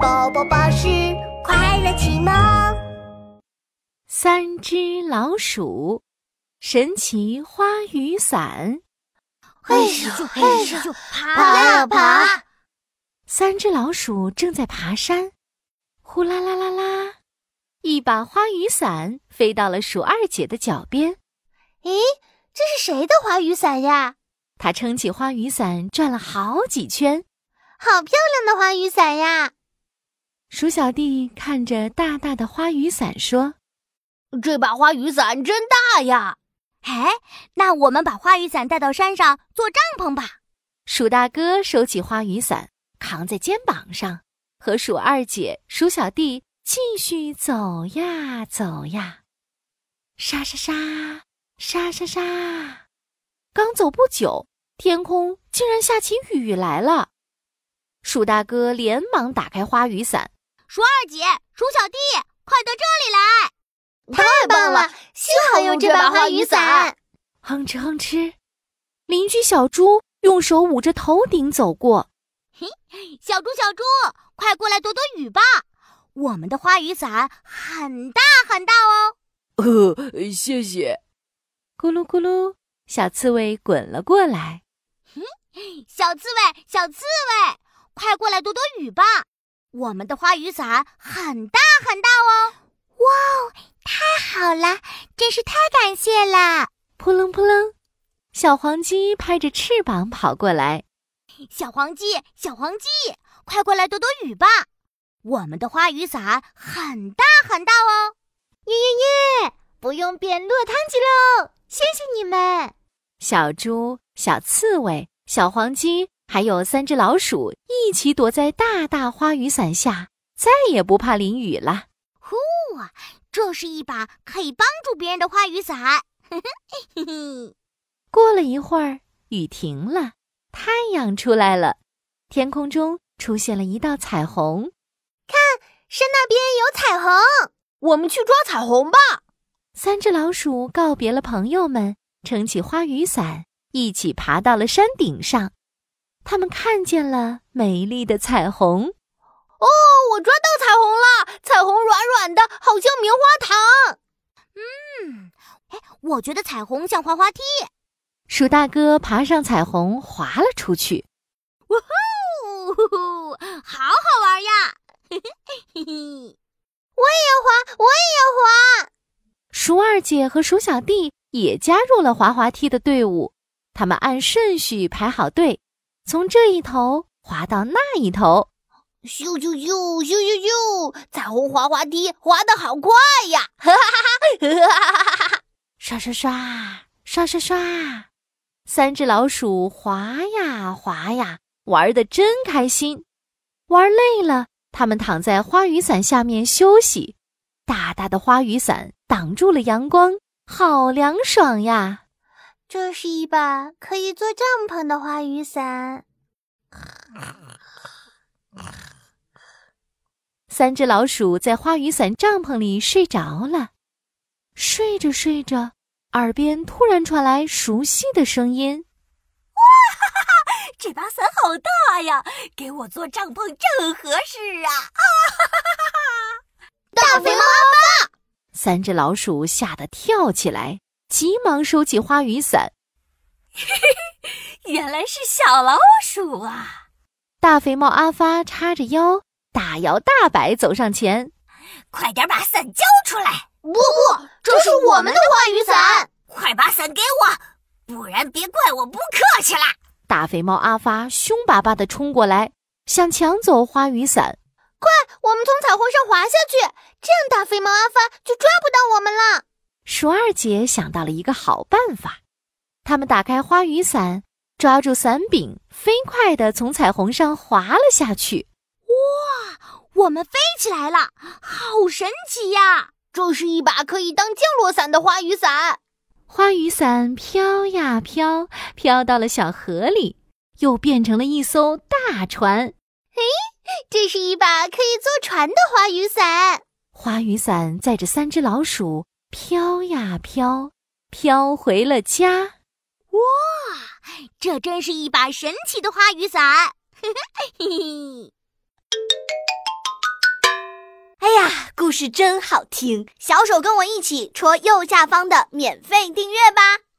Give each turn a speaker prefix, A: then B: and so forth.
A: 宝宝巴士快乐启蒙。
B: 三只老鼠，神奇花雨伞。
C: 哎呦哎呦，爬呀爬！
B: 三只老鼠正在爬山，呼啦啦啦啦，一把花雨伞飞到了鼠二姐的脚边。
C: 咦，这是谁的花雨伞呀？
B: 她撑起花雨伞转了好几圈，
C: 好漂亮的花雨伞呀！
B: 鼠小弟看着大大的花雨伞说：“
D: 这把花雨伞真大呀！”
C: 哎，那我们把花雨伞带到山上做帐篷吧。
B: 鼠大哥收起花雨伞，扛在肩膀上，和鼠二姐、鼠小弟继续走呀走呀。沙沙沙，沙沙沙。刚走不久，天空竟然下起雨来了。鼠大哥连忙打开花雨伞，
D: 鼠二姐、鼠小弟，快到这
C: 里来！太棒了，幸好有这把花雨伞。
B: 哼哧哼哧，邻居小猪用手捂着头顶走过。
D: 嘿，小猪小猪，快过来躲躲雨吧！我们的花雨伞很大很大哦。
E: 呃，谢谢。
B: 咕噜咕噜，小刺猬滚了过来。
D: 嗯，小刺猬，小刺猬，快过来躲躲雨吧！我们的花雨伞很大很大哦。
C: 哇，太好了，真是太感谢啦！
B: 扑棱扑棱，小黄鸡拍着翅膀跑过来。
D: 小黄鸡，小黄鸡，快过来躲躲雨吧！我们的花雨伞很大很大哦！
C: 耶耶耶！不用变落汤鸡喽！谢谢你们。
B: 小猪、小刺猬、小黄鸡，还有三只老鼠一起躲在大大花雨伞下，再也不怕淋雨了。
D: 呼，这是一把可以帮助别人的花雨伞。嘿嘿，
B: 过了一会儿，雨停了，太阳出来了，天空中出现了一道彩虹。
C: 看，山那边有彩虹，
D: 我们去抓彩虹吧！
B: 三只老鼠告别了朋友们，撑起花雨伞，一起爬到了山顶上。他们看见了美丽的彩虹。
D: 哦，我抓到彩虹了！彩虹软软的，好像棉花糖。嗯，哎，我觉得彩虹像滑滑梯。
B: 鼠大哥爬上彩虹，滑了出去。
D: 哇呼，好好玩呀！ 嘿嘿嘿，我
C: 也滑，我也滑。
B: 鼠二姐和鼠小弟也加入了滑滑梯的队伍，他们按顺序排好队，从这一头滑到那一头。
C: 咻咻咻咻咻咻！彩虹滑滑梯滑得好快呀！ 哈哈哈 哈哈！
B: 刷刷刷刷刷刷！三只老鼠滑呀滑呀，玩得真开心。玩累了，它们躺在花雨伞下面休息。大大的花雨伞挡住了阳光，好凉爽呀！
C: 这是一把可以做帐篷的花雨伞。
B: 三只老鼠在花雨伞帐篷里睡着了，睡着睡着，耳边突然传来熟悉的声音：“
F: 哇哈哈，这把伞好大呀，给我做帐篷正合适啊！”啊哈哈哈哈！
C: 大肥猫妈妈，
B: 三只老鼠吓得跳起来，急忙收起花雨伞。
F: 原来是小老鼠啊！
B: 大肥猫阿发叉着腰，大摇大摆走上前：“
F: 快点把伞交出来！”“
C: 不不，这是我们的花雨伞！”“
F: 快把伞给我，不然别怪我不客气啦！”
B: 大肥猫阿发凶巴巴地冲过来，想抢走花雨伞。
C: 快，我们从彩虹上滑下去，这样大肥猫阿发就抓不到我们了。
B: 鼠二姐想到了一个好办法，他们打开花雨伞，抓住伞柄，飞快地从彩虹上滑了下去。
D: 哇，我们飞起来了，好神奇呀！
C: 这是一把可以当降落伞的花雨伞。
B: 花雨伞飘呀飘，飘到了小河里，又变成了一艘大船。
C: 嘿，这是一把可以坐船的花雨伞。
B: 花雨伞载着三只老鼠飘呀飘，飘回了家。
D: 哇，这真 是一把神奇的花雨伞！嘿嘿嘿。
C: 故事真好听，小手跟我一起戳右下方的免费订阅吧。